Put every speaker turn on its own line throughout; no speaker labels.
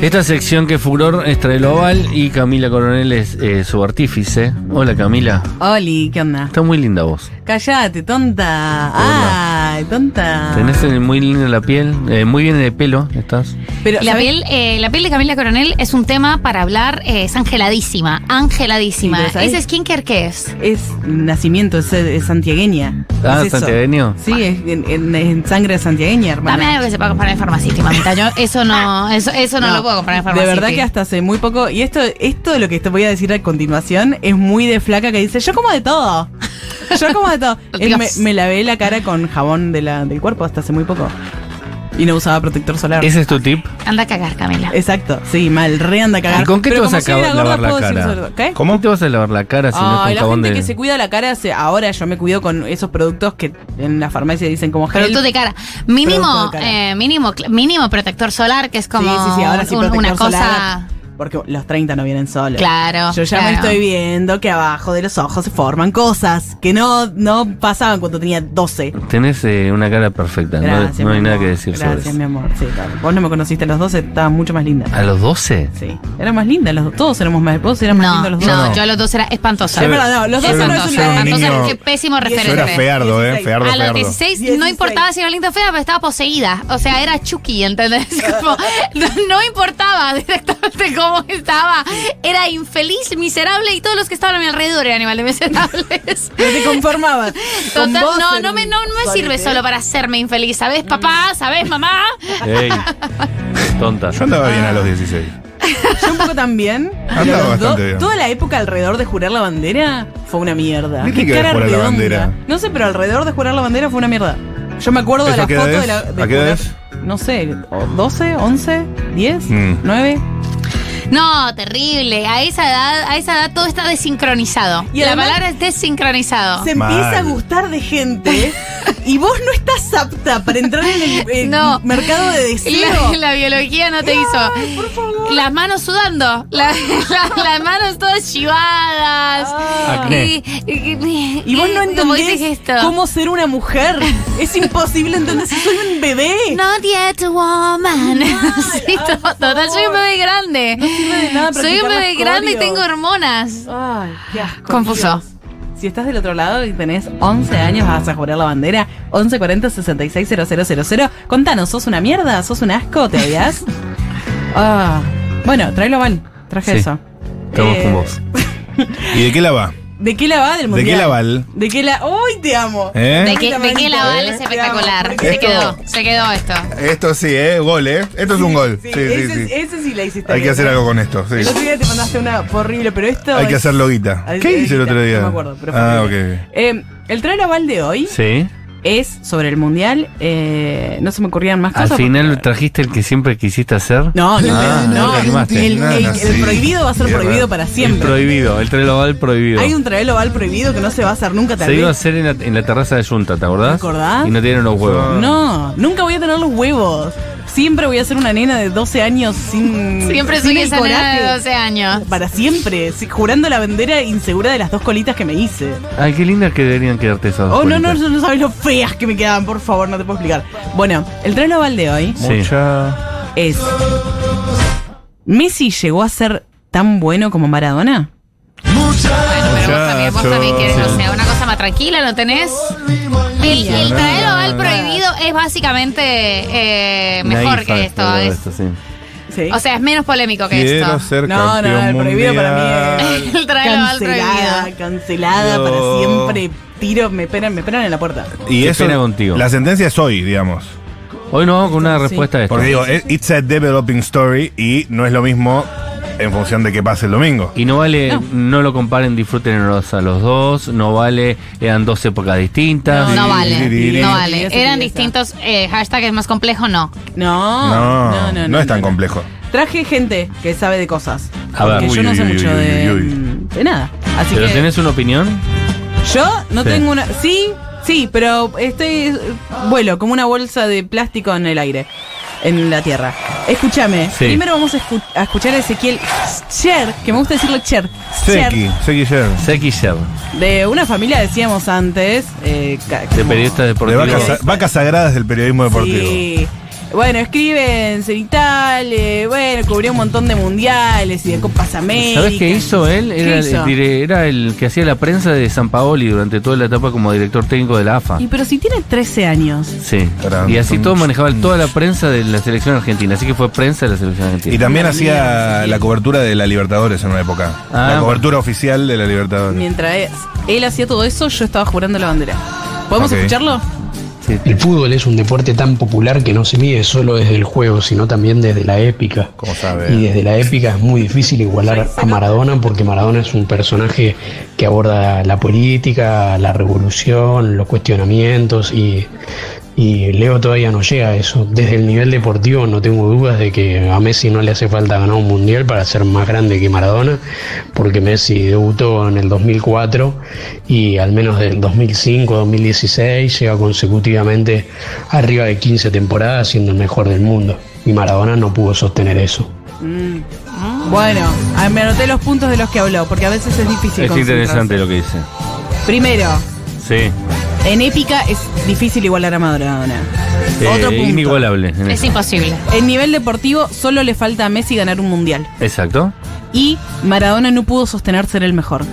Esta sección que furor es Trael Oval y Camila Coronel es eh, su artífice. Hola Camila.
Oli, ¿qué onda?
Está muy linda vos.
Callate, tonta.
Hola.
Ay, tonta.
Tenés eh, muy linda la piel, eh, muy bien de pelo estás.
Pero,
La
¿sabés?
piel, eh, la piel de Camila Coronel es un tema para hablar, eh, es angeladísima,
Sí,
angeladísima.
pero ¿sabés?
¿Ese skinker qué es?
Es nacimiento, es, es santiagueña.
Ah,
Es eso.
santiagueño.
Sí, es en, en- en sangre santiagueña, hermano.
Dame algo que se pueda comprar en Pharmacity, mamita. Yo eso no, eso, eso no, lo puedo comprar en
De
Pharmacity.
verdad que hasta hace muy poco. Y esto, esto de lo que te voy a decir a continuación es muy de flaca que dice: Yo como de todo. Yo como de todo.
Dios.
Eh, me, me lavé la cara con jabón de la- del cuerpo hasta hace muy poco. Y no usaba protector solar.
¿Ese es tu tip?
Anda a cagar, Camila.
Exacto, sí, mal, re anda a cagar.
¿Y con qué te
Pero
vas
como
a
soy una
acabar-
gorda,
lavar la
puedo decir
cara?
solo- ¿Qué?
¿Cómo te vas a lavar la cara si no es
Ay,
con
la
jabón
gente
de...
que se cuida la cara, se- ahora yo me cuido con esos productos que en la farmacia dicen como gel.
Producto de cara. Mínimo,
Producto de cara.
eh, mínimo, cl- mínimo protector solar, que es como
sí, sí, sí, ahora sí,
un-
protector
una cosa.
solar. Porque los 30 no vienen solos.
Claro.
Yo ya me
claro.
estoy viendo que abajo de los ojos se forman cosas que no, no pasaban cuando tenía 12.
Tenés eh, una cara perfecta, no-
Gracias,
no, hay
mi
nada
amor.
que decir
Gracias,
sobre
mi
eso.
amor. Sí, claro. Vos no me conociste a los 12, estabas mucho más linda.
¿A los 12?
Sí. Era más linda, los dos. Todos éramos más. Todos éramos más
No,
lindos los dos.
no,
no.
yo a los dos era espantosa.
Es verdad, no, los
Yo
dos
era
no es
espantosa,
una
un
espantosa,
niño-
qué pésimo referente.
Yo era feardo, ¿eh?
16.
Feardo,
A los
feardo.
16 no
16.
importaba si era linda o fea, pero estaba poseída. O sea, era Chucky, ¿entendés? Como, no, no importaba directamente cómo estaba. Era infeliz, miserable y todos los que estaban a mi alrededor eran animales miserables.
No te conformabas. Con
Total,
vos
no,
en-
no me, no, no me
con
sirve
el-
solo para hacerme infeliz. ¿Sabes, papá? ¿Sabes, mamá?
Ey, tonta.
Yo andaba bien a los 16.
Yo un poco también.
Andaba
Los
bastante
dos-
bien.
Toda la época alrededor de jurar la bandera fue una mierda.
¿Viste
Qué
que
cara
jurar la
redonda.
bandera?
No sé, pero alrededor de jurar la bandera fue una mierda. Yo me acuerdo de
¿Eso
la
a qué
foto
edad
de la.
es?
de
¿A qué edad
jurar-
es?
No sé, o 12, 11, 10,
Mm.
9.
No, terrible. A esa edad, a esa edad todo está desincronizado.
Y
la
además-
palabra es desincronizado.
Se
Mal.
empieza a gustar de gente y vos no estás apta para entrar en el eh,
No.
mercado de deseo.
La, la biología no te hizo.
Por favor.
Las manos sudando, la- la- las manos todas chivadas.
Acné.
Y, y-
Ah. Y vos no
y- como dices
entendés
esto.
cómo ser una mujer. Es imposible entender si soy un bebé.
Not yet a woman. Sí,
ay,
to-
por
total, soy un
favor.
bebé grande.
sirve de nada
soy un
practicar
bebé
los
grande y
corios.
tengo hormonas.
Ay, qué asco.
Confuso.
Dios. Si estás del otro lado y tenés 11 años, vas a jurar la bandera 1140-660000. Contanos, ¿sos una mierda? ¿Sos un asco? ¿Te odias? ah, bueno, tráelo Val. Traje
Sí.
eso.
Estamos
Eh,
con vos.
¿Y de qué la va?
¿De qué la va del
¿De
mundial?
qué la Val?
¿De qué la.? ¡Uy, te amo!
¿Eh?
¿De qué, de qué la
Eh,
vale es
te
espectacular?
amo.
Se
Esto-
quedó, se quedó esto.
Esto sí, ¿eh? Gol, ¿eh? Esto es un gol. Sí, sí,
ese,
sí.
ese sí la hiciste.
Hay que
bien.
hacer algo con esto, sí.
El otro día te mandaste una horrible, pero esto.
Hay que
es-
hacerlo guita.
Ay,
¿Qué
eh,
hice el otro día?
No me acuerdo, pero fue
Ah,
horrible.
ok.
Eh, el tráelo Val de hoy
Sí.
es sobre el mundial. eh, no se me ocurrían más
Al
cosas.
final
porque-
trajiste el que siempre quisiste hacer.
No, no,
Ah,
no,
no te animaste.
el, el-
Nada,
el
sí.
prohibido va a ser
Mierda.
prohibido para
El
siempre.
prohibido, el Trael Oval prohibido.
Hay un travel oval prohibido que no se va a hacer nunca tal
Se iba a
vez.
hacer en la, en la terraza de Junta, ¿te acordás?
¿Te acordás?
Y no tienen los huevos.
No, nunca voy a tener los huevos. Siempre voy a ser una nena de 12 años sin.
Siempre
sin
soy
el
esa nena de
coraje.
12 años.
Para siempre, si- jurando la bandera insegura de las dos colitas que me hice.
Ay, qué lindas que deberían quedarte esas.
Oh, no, no,
bolitas.
no, no sabes lo feas que me quedaban, por favor, no te puedo explicar. Bueno, el tren oval de hoy
Sí.
Mucha.
es. ¿Messi llegó a ser tan bueno como Maradona?
Bueno, pero vos también, vos también querés,
Muchachos.
o sea, una cosa más tranquila, ¿no tenés? El, el traer oval prohibido es básicamente eh, mejor
Naifa,
que esto.
todo
es-
esto, sí.
Sí.
o sea, es menos polémico que
Quiero
esto.
ser
No, no,
campeón
el prohibido para mí
mundial.
El traer oval
cancelada,
prohibido.
cancelada
No.
para siempre. Tiro, me esperan, me esperan en la puerta.
Y
Qué
eso,
pena contigo.
la sentencia es hoy, digamos.
Hoy nos vamos con una respuesta a esto.
Porque digo, eh, it's a developing story y no es lo mismo en función de qué pase el domingo.
Y no vale, no, lo comparen, disfruten los- a los dos, no vale, eran dos épocas distintas.
No, no
Sí, sí,
vale,
sí,
no
sí,
sí,
vale.
sí,
Eran
sí,
distintos eh, hashtag es más complejo, no.
No,
No, no, es tan
no.
complejo.
Traje gente que sabe de cosas.
A ver.
porque yo
Uy,
no sé
uy,
mucho
uy,
de,
uy, uy.
de nada. Así
¿Pero
que
tenés una opinión?
yo no
Sí.
tengo una. Sí, sí, pero estoy. eh, Vuelo como una bolsa de plástico en el aire, en la tierra. Escúchame.
Sí.
Primero vamos a, escu- a escuchar a Ezequiel Cher, que me gusta decirle Cher. Cher.
Seki, Seki Sher.
Seki Sher,
De una familia decíamos antes. eh, ca-
de
como-
periodistas
De
deportivos.
vacas, vacas sagradas del periodismo deportivo.
Sí. Bueno, escribe en Cenital, eh, bueno, cubrió un montón de mundiales y de Copas América.
¿Sabes qué hizo él?
¿Qué
Era, el-
hizo?
dire- era el que hacía la prensa de San Paoli durante toda la etapa como director técnico de la AFA.
Y pero si tiene 13 años.
Sí.
Tarán,
Y así
tum,
todo manejaba
tum.
toda la prensa de la selección argentina. Así que fue prensa de la selección
Y
argentina.
también hacía la cobertura de la Libertadores en una época.
Ah.
la cobertura oficial de la Libertadores.
Mientras él, él hacía todo eso, yo estaba jurando la bandera. ¿Podemos
Ok.
escucharlo?
Sí.
El fútbol es un deporte tan popular que no se mide solo desde el juego, sino también desde la épica.
Como sabe.
Y desde la épica es muy difícil igualar a Maradona porque Maradona es un personaje que aborda la política, la revolución, los cuestionamientos y, y Leo todavía no llega a eso. Desde el nivel deportivo no tengo dudas de que a Messi no le hace falta ganar un mundial para ser más grande que Maradona porque Messi debutó en el 2004 y al menos del 2005-2016 llega consecutivamente arriba de 15 temporadas siendo el mejor del mundo. Y Maradona no pudo sostener eso.
Bueno, ah, me anoté los puntos de los que habló, porque a veces es difícil.
Es
concentrarse.
interesante lo que dice.
Primero,
Sí.
en épica es difícil igualar a Maradona.
Eh,
Otro punto.
Inigualable. en
Es
eso.
imposible.
En nivel deportivo, solo le falta a Messi ganar un mundial.
Exacto.
Y Maradona no pudo sostener ser el mejor.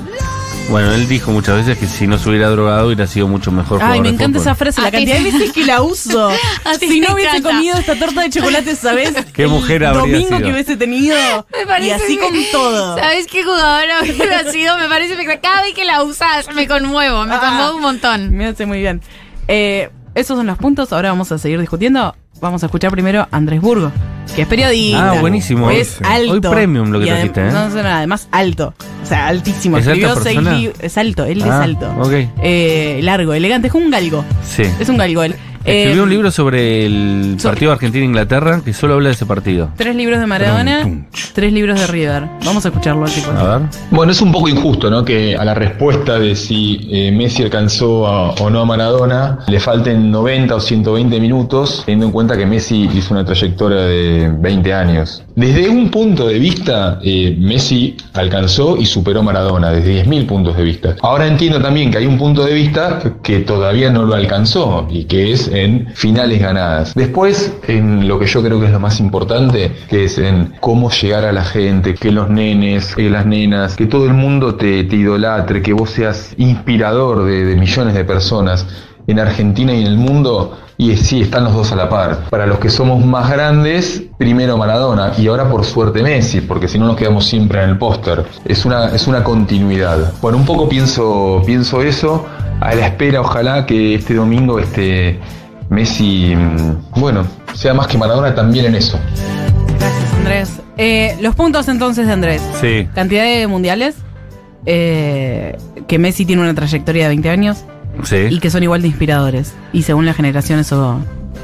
Bueno, él dijo muchas veces que si no se hubiera drogado hubiera sido mucho mejor.
Ay,
jugador
me
de
encanta
fútbol.
esa frase, la
A ti
cantidad de
te-
veces que la uso.
A ti
si
te
no hubiese
encanta.
comido esta torta de chocolate, ¿sabes?
Qué mujer
el
habría
domingo
sido.
que hubiese tenido.
Me parece
y así
que-
con todo.
¿Sabes qué jugadora hubiera sido? Me parece que cada vez que la usas me conmuevo, me
Ah.
conmuevo un montón.
Me hace muy bien. Eh, esos son los puntos, ahora vamos a seguir discutiendo. Vamos a escuchar primero a Andrés Burgo, que es periodista.
Ah, buenísimo.
Es
Buenísimo.
alto.
Hoy premium lo que
Y adem-
trajiste, ¿eh?
No, no, no, además alto. O sea, altísimo.
¿Es alta
Escribió seis
persona?
li- Es alto, él es
Ah,
alto.
ok.
Eh, largo, elegante, es un galgo.
Sí.
Es un galgo él. Eh,
Escribió un libro sobre el
sobre-
partido Argentina-Inglaterra que solo habla de ese partido.
Tres libros de Maradona, tres libros de River. Vamos a escucharlo, chicos.
A ver.
Bueno, es un poco injusto, ¿no? Que a la respuesta de si eh, Messi alcanzó a- o no a Maradona le falten 90 o 120 minutos, teniendo en cuenta que Messi hizo una trayectoria de 20 años. Desde un punto de vista, eh, Messi alcanzó y superó a Maradona, desde 10.000 puntos de vista. Ahora entiendo también que hay un punto de vista que todavía no lo alcanzó y que es en finales ganadas. Después, en lo que yo creo que es lo más importante, que es en cómo llegar a la gente, que los nenes, que las nenas, que todo el mundo te, te idolatre, que vos seas inspirador de, de millones de personas en Argentina y en el mundo. Y es- sí, están los dos a la par. Para los que somos más grandes, primero Maradona y ahora por suerte Messi, porque si no nos quedamos siempre en el póster. Es una, es una continuidad. Bueno, un poco pienso, pienso eso, a la espera ojalá que este domingo este Messi, mm, bueno, sea más que Maradona también en eso.
Gracias, Andrés. Eh, los puntos entonces de Andrés.
Sí.
Cantidad de mundiales. eh, que Messi tiene una trayectoria de 20 años y
Sí.
que son igual de inspiradores. Y según la generación eso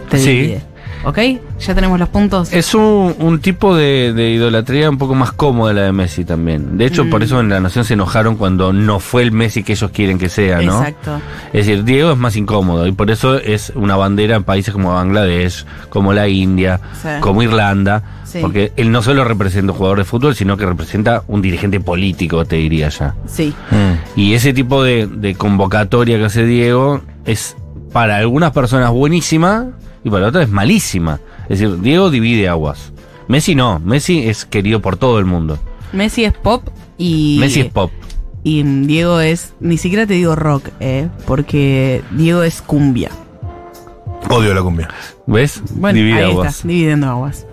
te
Sí.
divide. ¿Ok? Ya tenemos los puntos.
Es un, un tipo de, de idolatría un poco más cómoda la de Messi también. De hecho,
Mm.
por eso en la Nación se enojaron cuando no fue el Messi que ellos quieren que sea, ¿no?
Exacto.
Es decir, Diego es más incómodo y por eso es una bandera en países como Bangladesh, como la India,
Sí.
como Irlanda,
Sí.
porque él no solo representa un jugador de fútbol, sino que representa un dirigente político, te diría ya.
Sí.
Y ese tipo de, de convocatoria que hace Diego es para algunas personas buenísima y para otras es malísima. Es decir, Diego divide aguas. Messi no, Messi es querido por todo el mundo.
Messi es pop y. eh,
Messi es pop.
Y Diego es. Ni siquiera te digo rock, ¿eh? Porque Diego es cumbia.
Odio la cumbia.
¿Ves?
Bueno,
divide
ahí
aguas.
está, dividiendo aguas.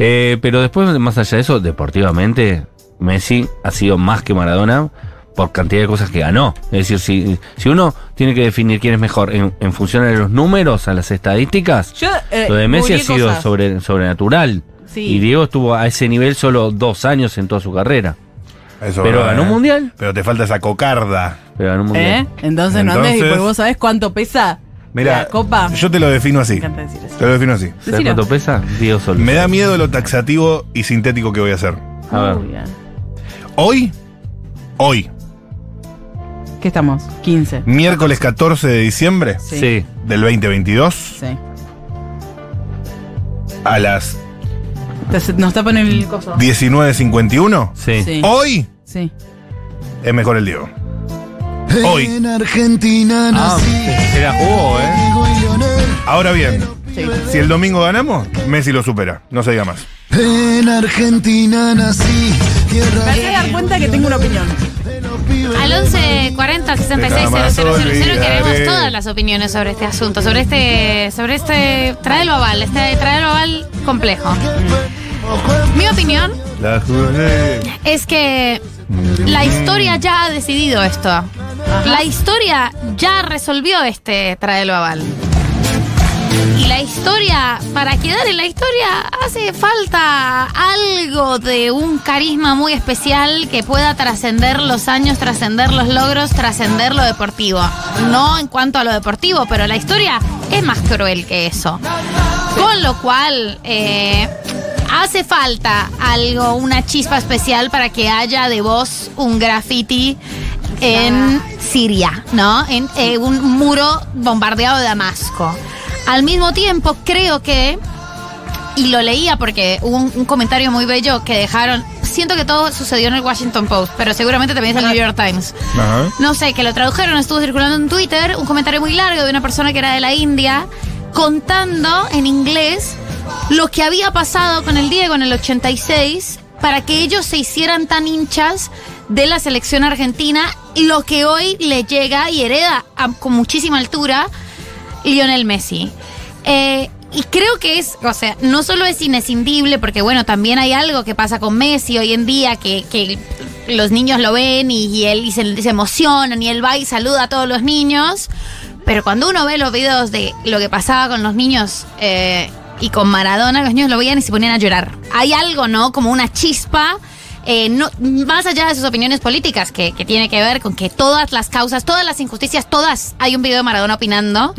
Eh, pero después, más allá de eso, deportivamente, Messi ha sido más que Maradona por cantidad de cosas que ganó. Es decir, si, si uno tiene que definir quién es mejor en, en función de los números, a las estadísticas,
Yo, eh,
lo de Messi ha
googleé
sido
cosas.
sobre, sobrenatural.
Sí.
Y Diego estuvo a ese nivel solo dos años en toda su carrera.
Eso,
Pero
eh,
ganó un mundial.
Pero te falta esa cocarda.
Pero ganó un mundial.
¿Eh? Entonces no andes,
Entonces-
porque vos sabés cuánto pesa
Mira,
la copa.
yo te lo defino
Me
así.
encanta decir eso.
Te lo defino así.
¿Sabes
Decilo.
cuánto pesa? Diego solo.
Me da miedo lo taxativo y sintético que voy a hacer.
A ver.
Cumbia.
Hoy, hoy,
¿Qué estamos? 15.
miércoles 14 de diciembre
Sí.
del 2022,
Sí.
a las
Entonces, Nos tapan el coso.
19.51,
sí,
Sí.
hoy
Sí.
es mejor el Diego. Hoy.
En Argentina
Ah,
nací,
era jugo, ¿eh?
Diego y Leonel,
Ahora bien,
Sí.
Si el domingo ganamos, Messi lo supera. No se diga más.
En Argentina nací, tierra
Me hace dar cuenta que tengo una opinión.
Al 11 40 66 000 queremos todas las opiniones sobre este asunto, sobre este, sobre este trae el oval, este trae el oval complejo. Mi opinión
La jugué.
es que la historia ya ha decidido esto. La historia ya resolvió este trae el oval. Y la historia, para quedar en la historia, hace falta algo de un carisma muy especial que pueda trascender los años, trascender los logros, trascender lo deportivo. No en cuanto a lo deportivo, pero la historia es más cruel que eso. Con lo cual, eh, hace falta algo, una chispa especial para que haya de vos un graffiti en Siria, ¿no? En eh, un muro bombardeado de Damasco. Al mismo tiempo, creo que, y lo leía porque hubo un, un comentario muy bello que dejaron, siento que todo sucedió en el Washington Post, pero seguramente también es el New York Times.
Ajá.
No sé, que lo tradujeron, estuvo circulando en Twitter, un comentario muy largo de una persona que era de la India, contando en inglés lo que había pasado con el Diego en el 86 para que ellos se hicieran tan hinchas de la selección argentina, lo que hoy le llega y hereda a- con muchísima altura Lionel Messi. Eh, y creo que es, o sea, no solo es inescindible, porque bueno, también hay algo que pasa con Messi hoy en día, que, que los niños lo ven y, y él y se, se emocionan y él va y saluda a todos los niños. Pero cuando uno ve los videos de lo que pasaba con los niños eh, y con Maradona, los niños lo veían y se ponían a llorar. Hay algo, ¿no? Como una chispa. eh, no, más allá de sus opiniones políticas, que, que tiene que ver con que todas las causas, todas las injusticias, todas, hay un video de Maradona opinando,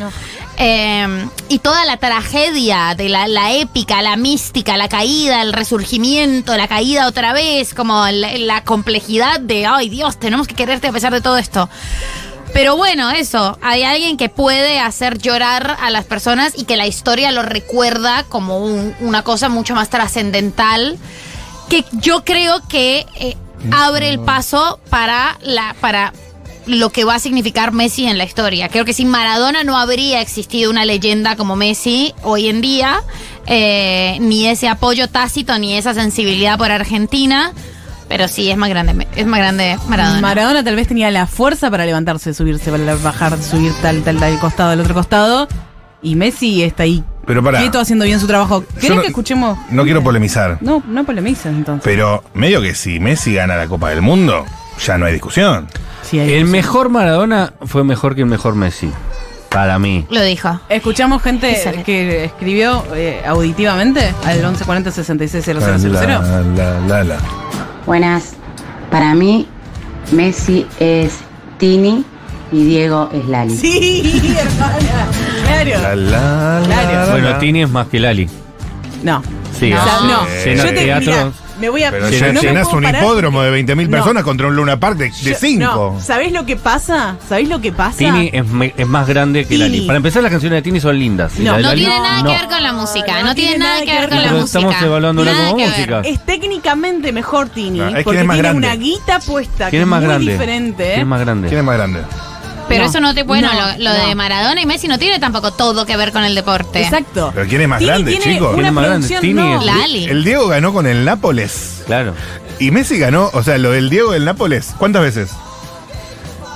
eh, y toda la tragedia de la, la épica, la mística, la caída, el resurgimiento, la caída otra vez, como la, la complejidad de, ay Dios, tenemos que quererte a pesar de todo esto. Pero bueno, eso, hay alguien que puede hacer llorar a las personas y que la historia lo recuerda como un- una cosa mucho más trascendental, que yo creo que eh, abre el paso para, la, para lo que va a significar Messi en la historia. Creo que sin Maradona no habría existido una leyenda como Messi hoy en día, eh, ni ese apoyo tácito, ni esa sensibilidad por Argentina. Pero sí, es más grande, es más grande Maradona.
Maradona tal vez tenía la fuerza para levantarse, subirse, para bajar, subir tal, tal, tal costado al otro costado. Y Messi está ahí.
Pero pará.
Quieto haciendo bien su trabajo. ¿Querés
Yo no-
que escuchemos?
No quiero polemizar.
No, no polemices entonces.
Pero medio que si Messi gana la Copa del Mundo, ya no hay discusión.
Sí, hay
El
discusión.
mejor Maradona fue mejor que el mejor Messi. Para mí.
Lo dijo.
Escuchamos
Sale.
gente que escribió eh, auditivamente al 1140 66
La, la, la, la.
Buenas. Para mí, Messi es Tini y Diego es Lali.
Sí, hermana.
La,
Claro.
la, la,
Claro.
la, la.
Bueno, Tini es más que Lali.
No.
Sí,
No.
O sea,
hace-
no.
llena
Yo te,
teatros.
mirá, me voy a.
Pero
Sí,
ya
no me
llenás
puedo
un
parar.
hipódromo de 20.000
No.
personas contra un Luna Park de
Yo-
5.
No, ¿sabés lo que pasa? ¿Sabés lo que pasa?
Tini es, me- es más grande que
Tini.
Lali. Para empezar, las canciones de Tini son lindas. Y
No,
la de
No
Lali-
tiene nada
no.
que ver con la música. No, tiene nada que ver con la
Pero
música.
estamos evaluándola
Nada
como
que ver.
música.
Es técnicamente mejor Tini,
No, es que
porque
es más
tiene
grande.
una guita puesta que
¿Quién es
es
más
muy
grande?
diferente. ¿eh?
¿Quién es más
¿Quién es
grande?
más grande?
Pero
No,
eso no te. Bueno,
no,
lo, lo
no.
de Maradona y Messi no tiene tampoco todo que ver con el deporte.
Exacto.
Pero ¿quién es más
Tini
grande,
tiene
chicos?
una
¿Quién
es más grande?
producción-
Tini
no.
es-
Lali.
El Diego ganó con el Nápoles.
Claro.
Y Messi ganó, o sea, lo del Diego del Nápoles. ¿Cuántas veces?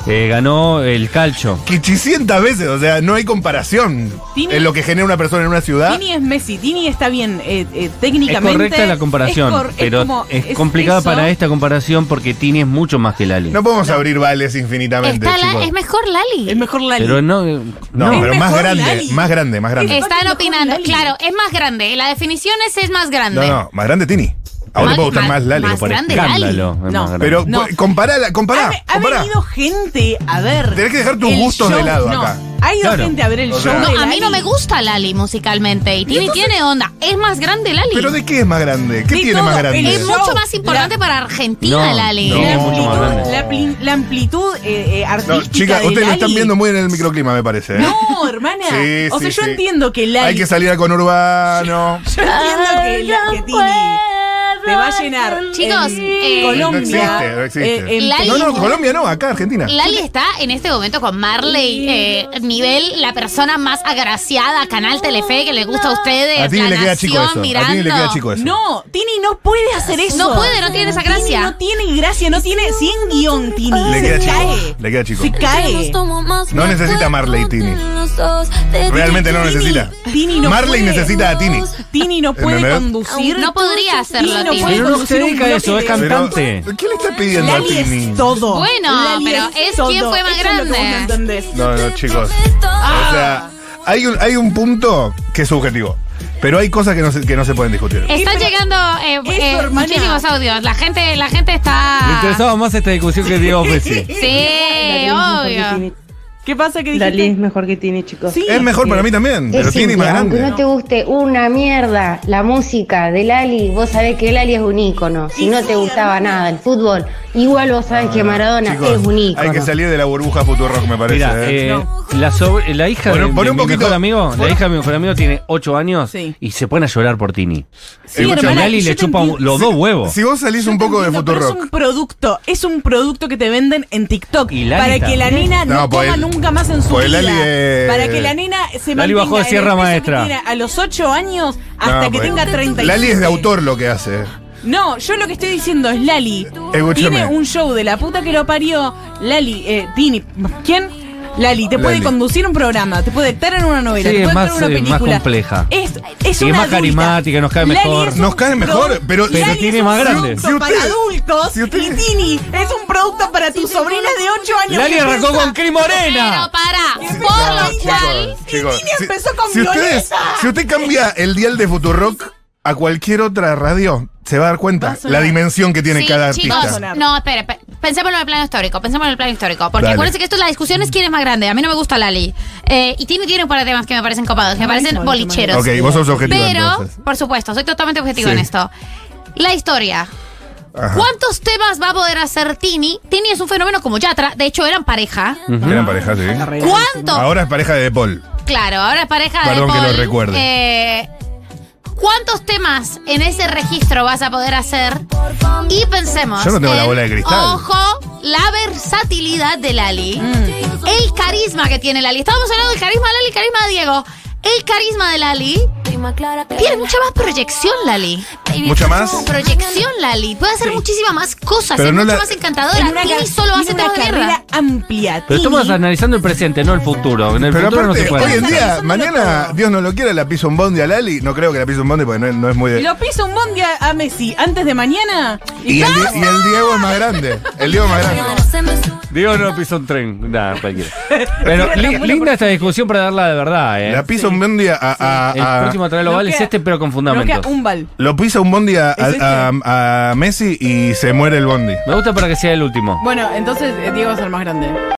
Eh, ganó el calcho.
500 veces, o sea, no hay comparación
Tini-
en lo que genera una persona en una ciudad.
Tini es Messi, Tini está bien eh, eh,
Es
técnicamente.
correcta la comparación,
es cor- es
pero
como-
es,
es
complicada
eso.
para esta comparación porque Tini es mucho más que Lali.
No podemos abrir vales infinitamente,
Está la-
chicos.
es mejor Lali.
Es mejor Lali.
pero no, eh,
no,
no.
pero
Es
más
mejor
grande,
Lali.
más grande, más grande.
Es-
Están
mejor
opinando.
Lali.
Claro, es más grande. La definición es es más grande.
No, no, más grande Tini. A vos
Más-
te puede gustar
más-
más Lali.
más
pero por-
Por
grande
escándalo.
Lali.
es
No.
más grande.
Pero
No.
pues, comparala, compará,
Ha, ha
compará.
venido gente a ver.
Tenés que dejar tus
el
gustos de
show,
lado
no.
acá.
Ha ido
Claro.
gente a ver el
O
show.
sea-
No,
de
a mí no
Lali.
me gusta Lali musicalmente. Y Tini tiene onda. Es más grande Lali.
¿Pero de qué es más grande? ¿Qué
De
tiene
todo,
más grande?
el
es mucho
show,
más importante
la-
para Argentina,
No,
Lali.
no.
La
es mucho más
amplitud,
grande.
la pli- la amplitud eh, eh, artística.
No, chicas,
de
ustedes lo están
Lali.
viendo muy en el microclima, me parece. ¿eh?
No, hermana.
Sí,
o sea,
sí,
yo
sí.
entiendo que Lali.
Hay que salir a con Urbano.
Yo entiendo que, la- que Tini. Te va a llenar.
Chicos,
en
eh,
Colombia.
No existe, no existe.
eh, en
Lali-
No, no, Colombia no, acá Argentina.
Lali está en este momento con Marley, eh, nivel la persona más agraciada, Canal Telefe, que le gusta a ustedes.
A ti le
la
queda chico
Nación
eso. A ti
mirando.
le queda chico eso.
No, Tini no puede hacer eso.
No puede, no tiene esa gracia.
Tini no tiene gracia, no tiene 100 guión, Tini.
Le queda
Se
chico.
cae.
Le queda chico.
Se cae.
No necesita Marley Tini. Realmente no necesita.
Tini no
Marley
puede.
necesita a Tini.
Tini no puede
¿Entendés?
conducir.
No podría hacerlo,
Tini no
Tini.
puede
Pero no se
conducir un
dedica a
bloque
eso, es
de-
cantante.
Pero,
Cantante.
¿Quién le está pidiendo a
Lali
Tini?
es todo.
Bueno,
Lali
pero es
todo.
quién fue más
Eso es lo que vos no
grande.
entendés.
No, no, chicos.
Ah.
O sea, hay un, hay un punto que es subjetivo. Pero hay cosas que no se, que no se pueden discutir.
Están llegando eh,
Eso,
eh,
hermana.
muchísimos audios. La gente, la gente
Ah.
Le
está.
interesaba más esta discusión que Diego Messi.
Sí, obvio.
Ah, ¿Qué pasa que dijiste?
Dalí es mejor que tiene, chicos.
Sí.
Es mejor para mí también, pero Tini más grande.
guste una mierda la música de Lali, vos sabés que Lali es un ícono.
Y sí, hermano.
nada el fútbol, igual vos sabés que Maradona
Ah, Chicos, Hay que salir de la burbuja Futurock, me parece.
Mira,
¿eh?
eh, la, sobre- la hija
Bueno,
de,
pon
de
un
mi
poquito-
mejor amigo, la hija de mi mejor amigo tiene 8 años
Sí.
y se pone a llorar por Tini. Y
Sí,
escuchame,
hermana,
Lali
yo
le
te
chupa
entiendo.
los dos huevos.
Si vos salís
Yo
un
te
poco de
entiendo, pero Es
Futurock.
un producto, es un producto que te venden en TikTok
Y Lali
para que la
también.
nena no,
No, pues
coma
el-
nunca más en su
pues
vida.
Lali es-
Para que la nena se
Lali
mantenga
bajó de
en el
Sierra
peso que
Maestra.
tiene a los 8 años hasta
No,
que
pues,
tenga 30.
Lali es de autor lo que hace.
No, yo lo que estoy diciendo es Lali.
Escúchame.
Tiene un show de la puta que lo parió. Lali, eh, Tini, ¿quién? Lali, te puede
Lali.
conducir un programa, te puede estar en una novela,
Sí,
te
es
puede
más,
estar en una
eh, más
película.
compleja.
Es, es
Y es
una
más
adulta.
carismática, nos cae
Lali
mejor.
es un
Nos cae mejor,
pro-
pero-
Pero
Lali es
tiene
un
más grande.
producto
Si ustedes-
para adultos
si ustedes-
y Tini es un producto para tus sobrinas de 8 años.
Lali
que
arrancó
empieza-
con Cris
Pero
Morena.
para, por lo cual.
Chicos,
Y Tini
si-
empezó con
si, ustedes,
Violeta.
si usted cambia el dial de Futurock a cualquier otra radio, se va a
Va
dar
a
cuenta
sonar.
la dimensión que tiene
Sí,
cada
chicos,
artista.
sonar.
No, espere, pe- pensémoslo en el plano histórico, pensémoslo en el plano histórico. Porque
Dale.
acuérdense que esto, la discusión es quién es más grande. A mí no me gusta Lali. Eh, y tiene, tiene un par de temas que me parecen copados, que me parecen bolicheros.
ok, vos sos objetivo
Pero,
entonces.
por supuesto, soy totalmente objetivo
Sí.
en esto. La historia.
Ajá.
¿Cuántos temas va a poder hacer Tini? Tini es un fenómeno como Yatra. De hecho, eran pareja.
Eran pareja, sí.
¿Cuántos?
Ahora es pareja de De Paul.
Claro, ahora es pareja
Perdón
de
que
Paul.
lo recuerde.
Eh, ¿Cuántos temas en ese registro vas a poder hacer? Y pensemos.
Yo no tengo la
en,
bola de cristal.
Ojo, la versatilidad de Lali. El carisma que tiene Lali. Estábamos hablando del carisma de Lali, el carisma de Diego. El carisma de Lali tiene eh, mucha más proyección, Lali.
Mucha más.
Proyección, Lali. Puede hacer muchísimas más cosas.
Pero
es
no
mucho
la-
más encantadora. Tini
ca-
solo hace
tiene
temas
una
de guerra.
carrera amplia.
Pero
Tini-
estamos analizando el presente, no el futuro. En el
Pero
futuro
aparte,
no se
hoy
puede.
en
analizar.
día, mañana, Dios no lo quiera, la piso un bondi a Lali. No creo que la piso un bondi porque no es, no es muy de.
Lo pisa un bondi a, a Messi antes de mañana.
Y el, Di- y el Diego es más grande. El Diego es más grande.
Diego no pisó un tren. Nada, cualquiera. Pero li- linda esta discusión para darla de verdad, ¿eh?
La piso un bondi a. a- a-
El
a-
próximo traer
Nos
oval es
queda-
este, pero con
Nos queda
fundamentos.
un bal.
lo pisa un bondi a,
¿Es este?
a- a- a Messi y se muere el bondi.
Me gusta para que sea el último.
Bueno, entonces eh, Diego es el más grande.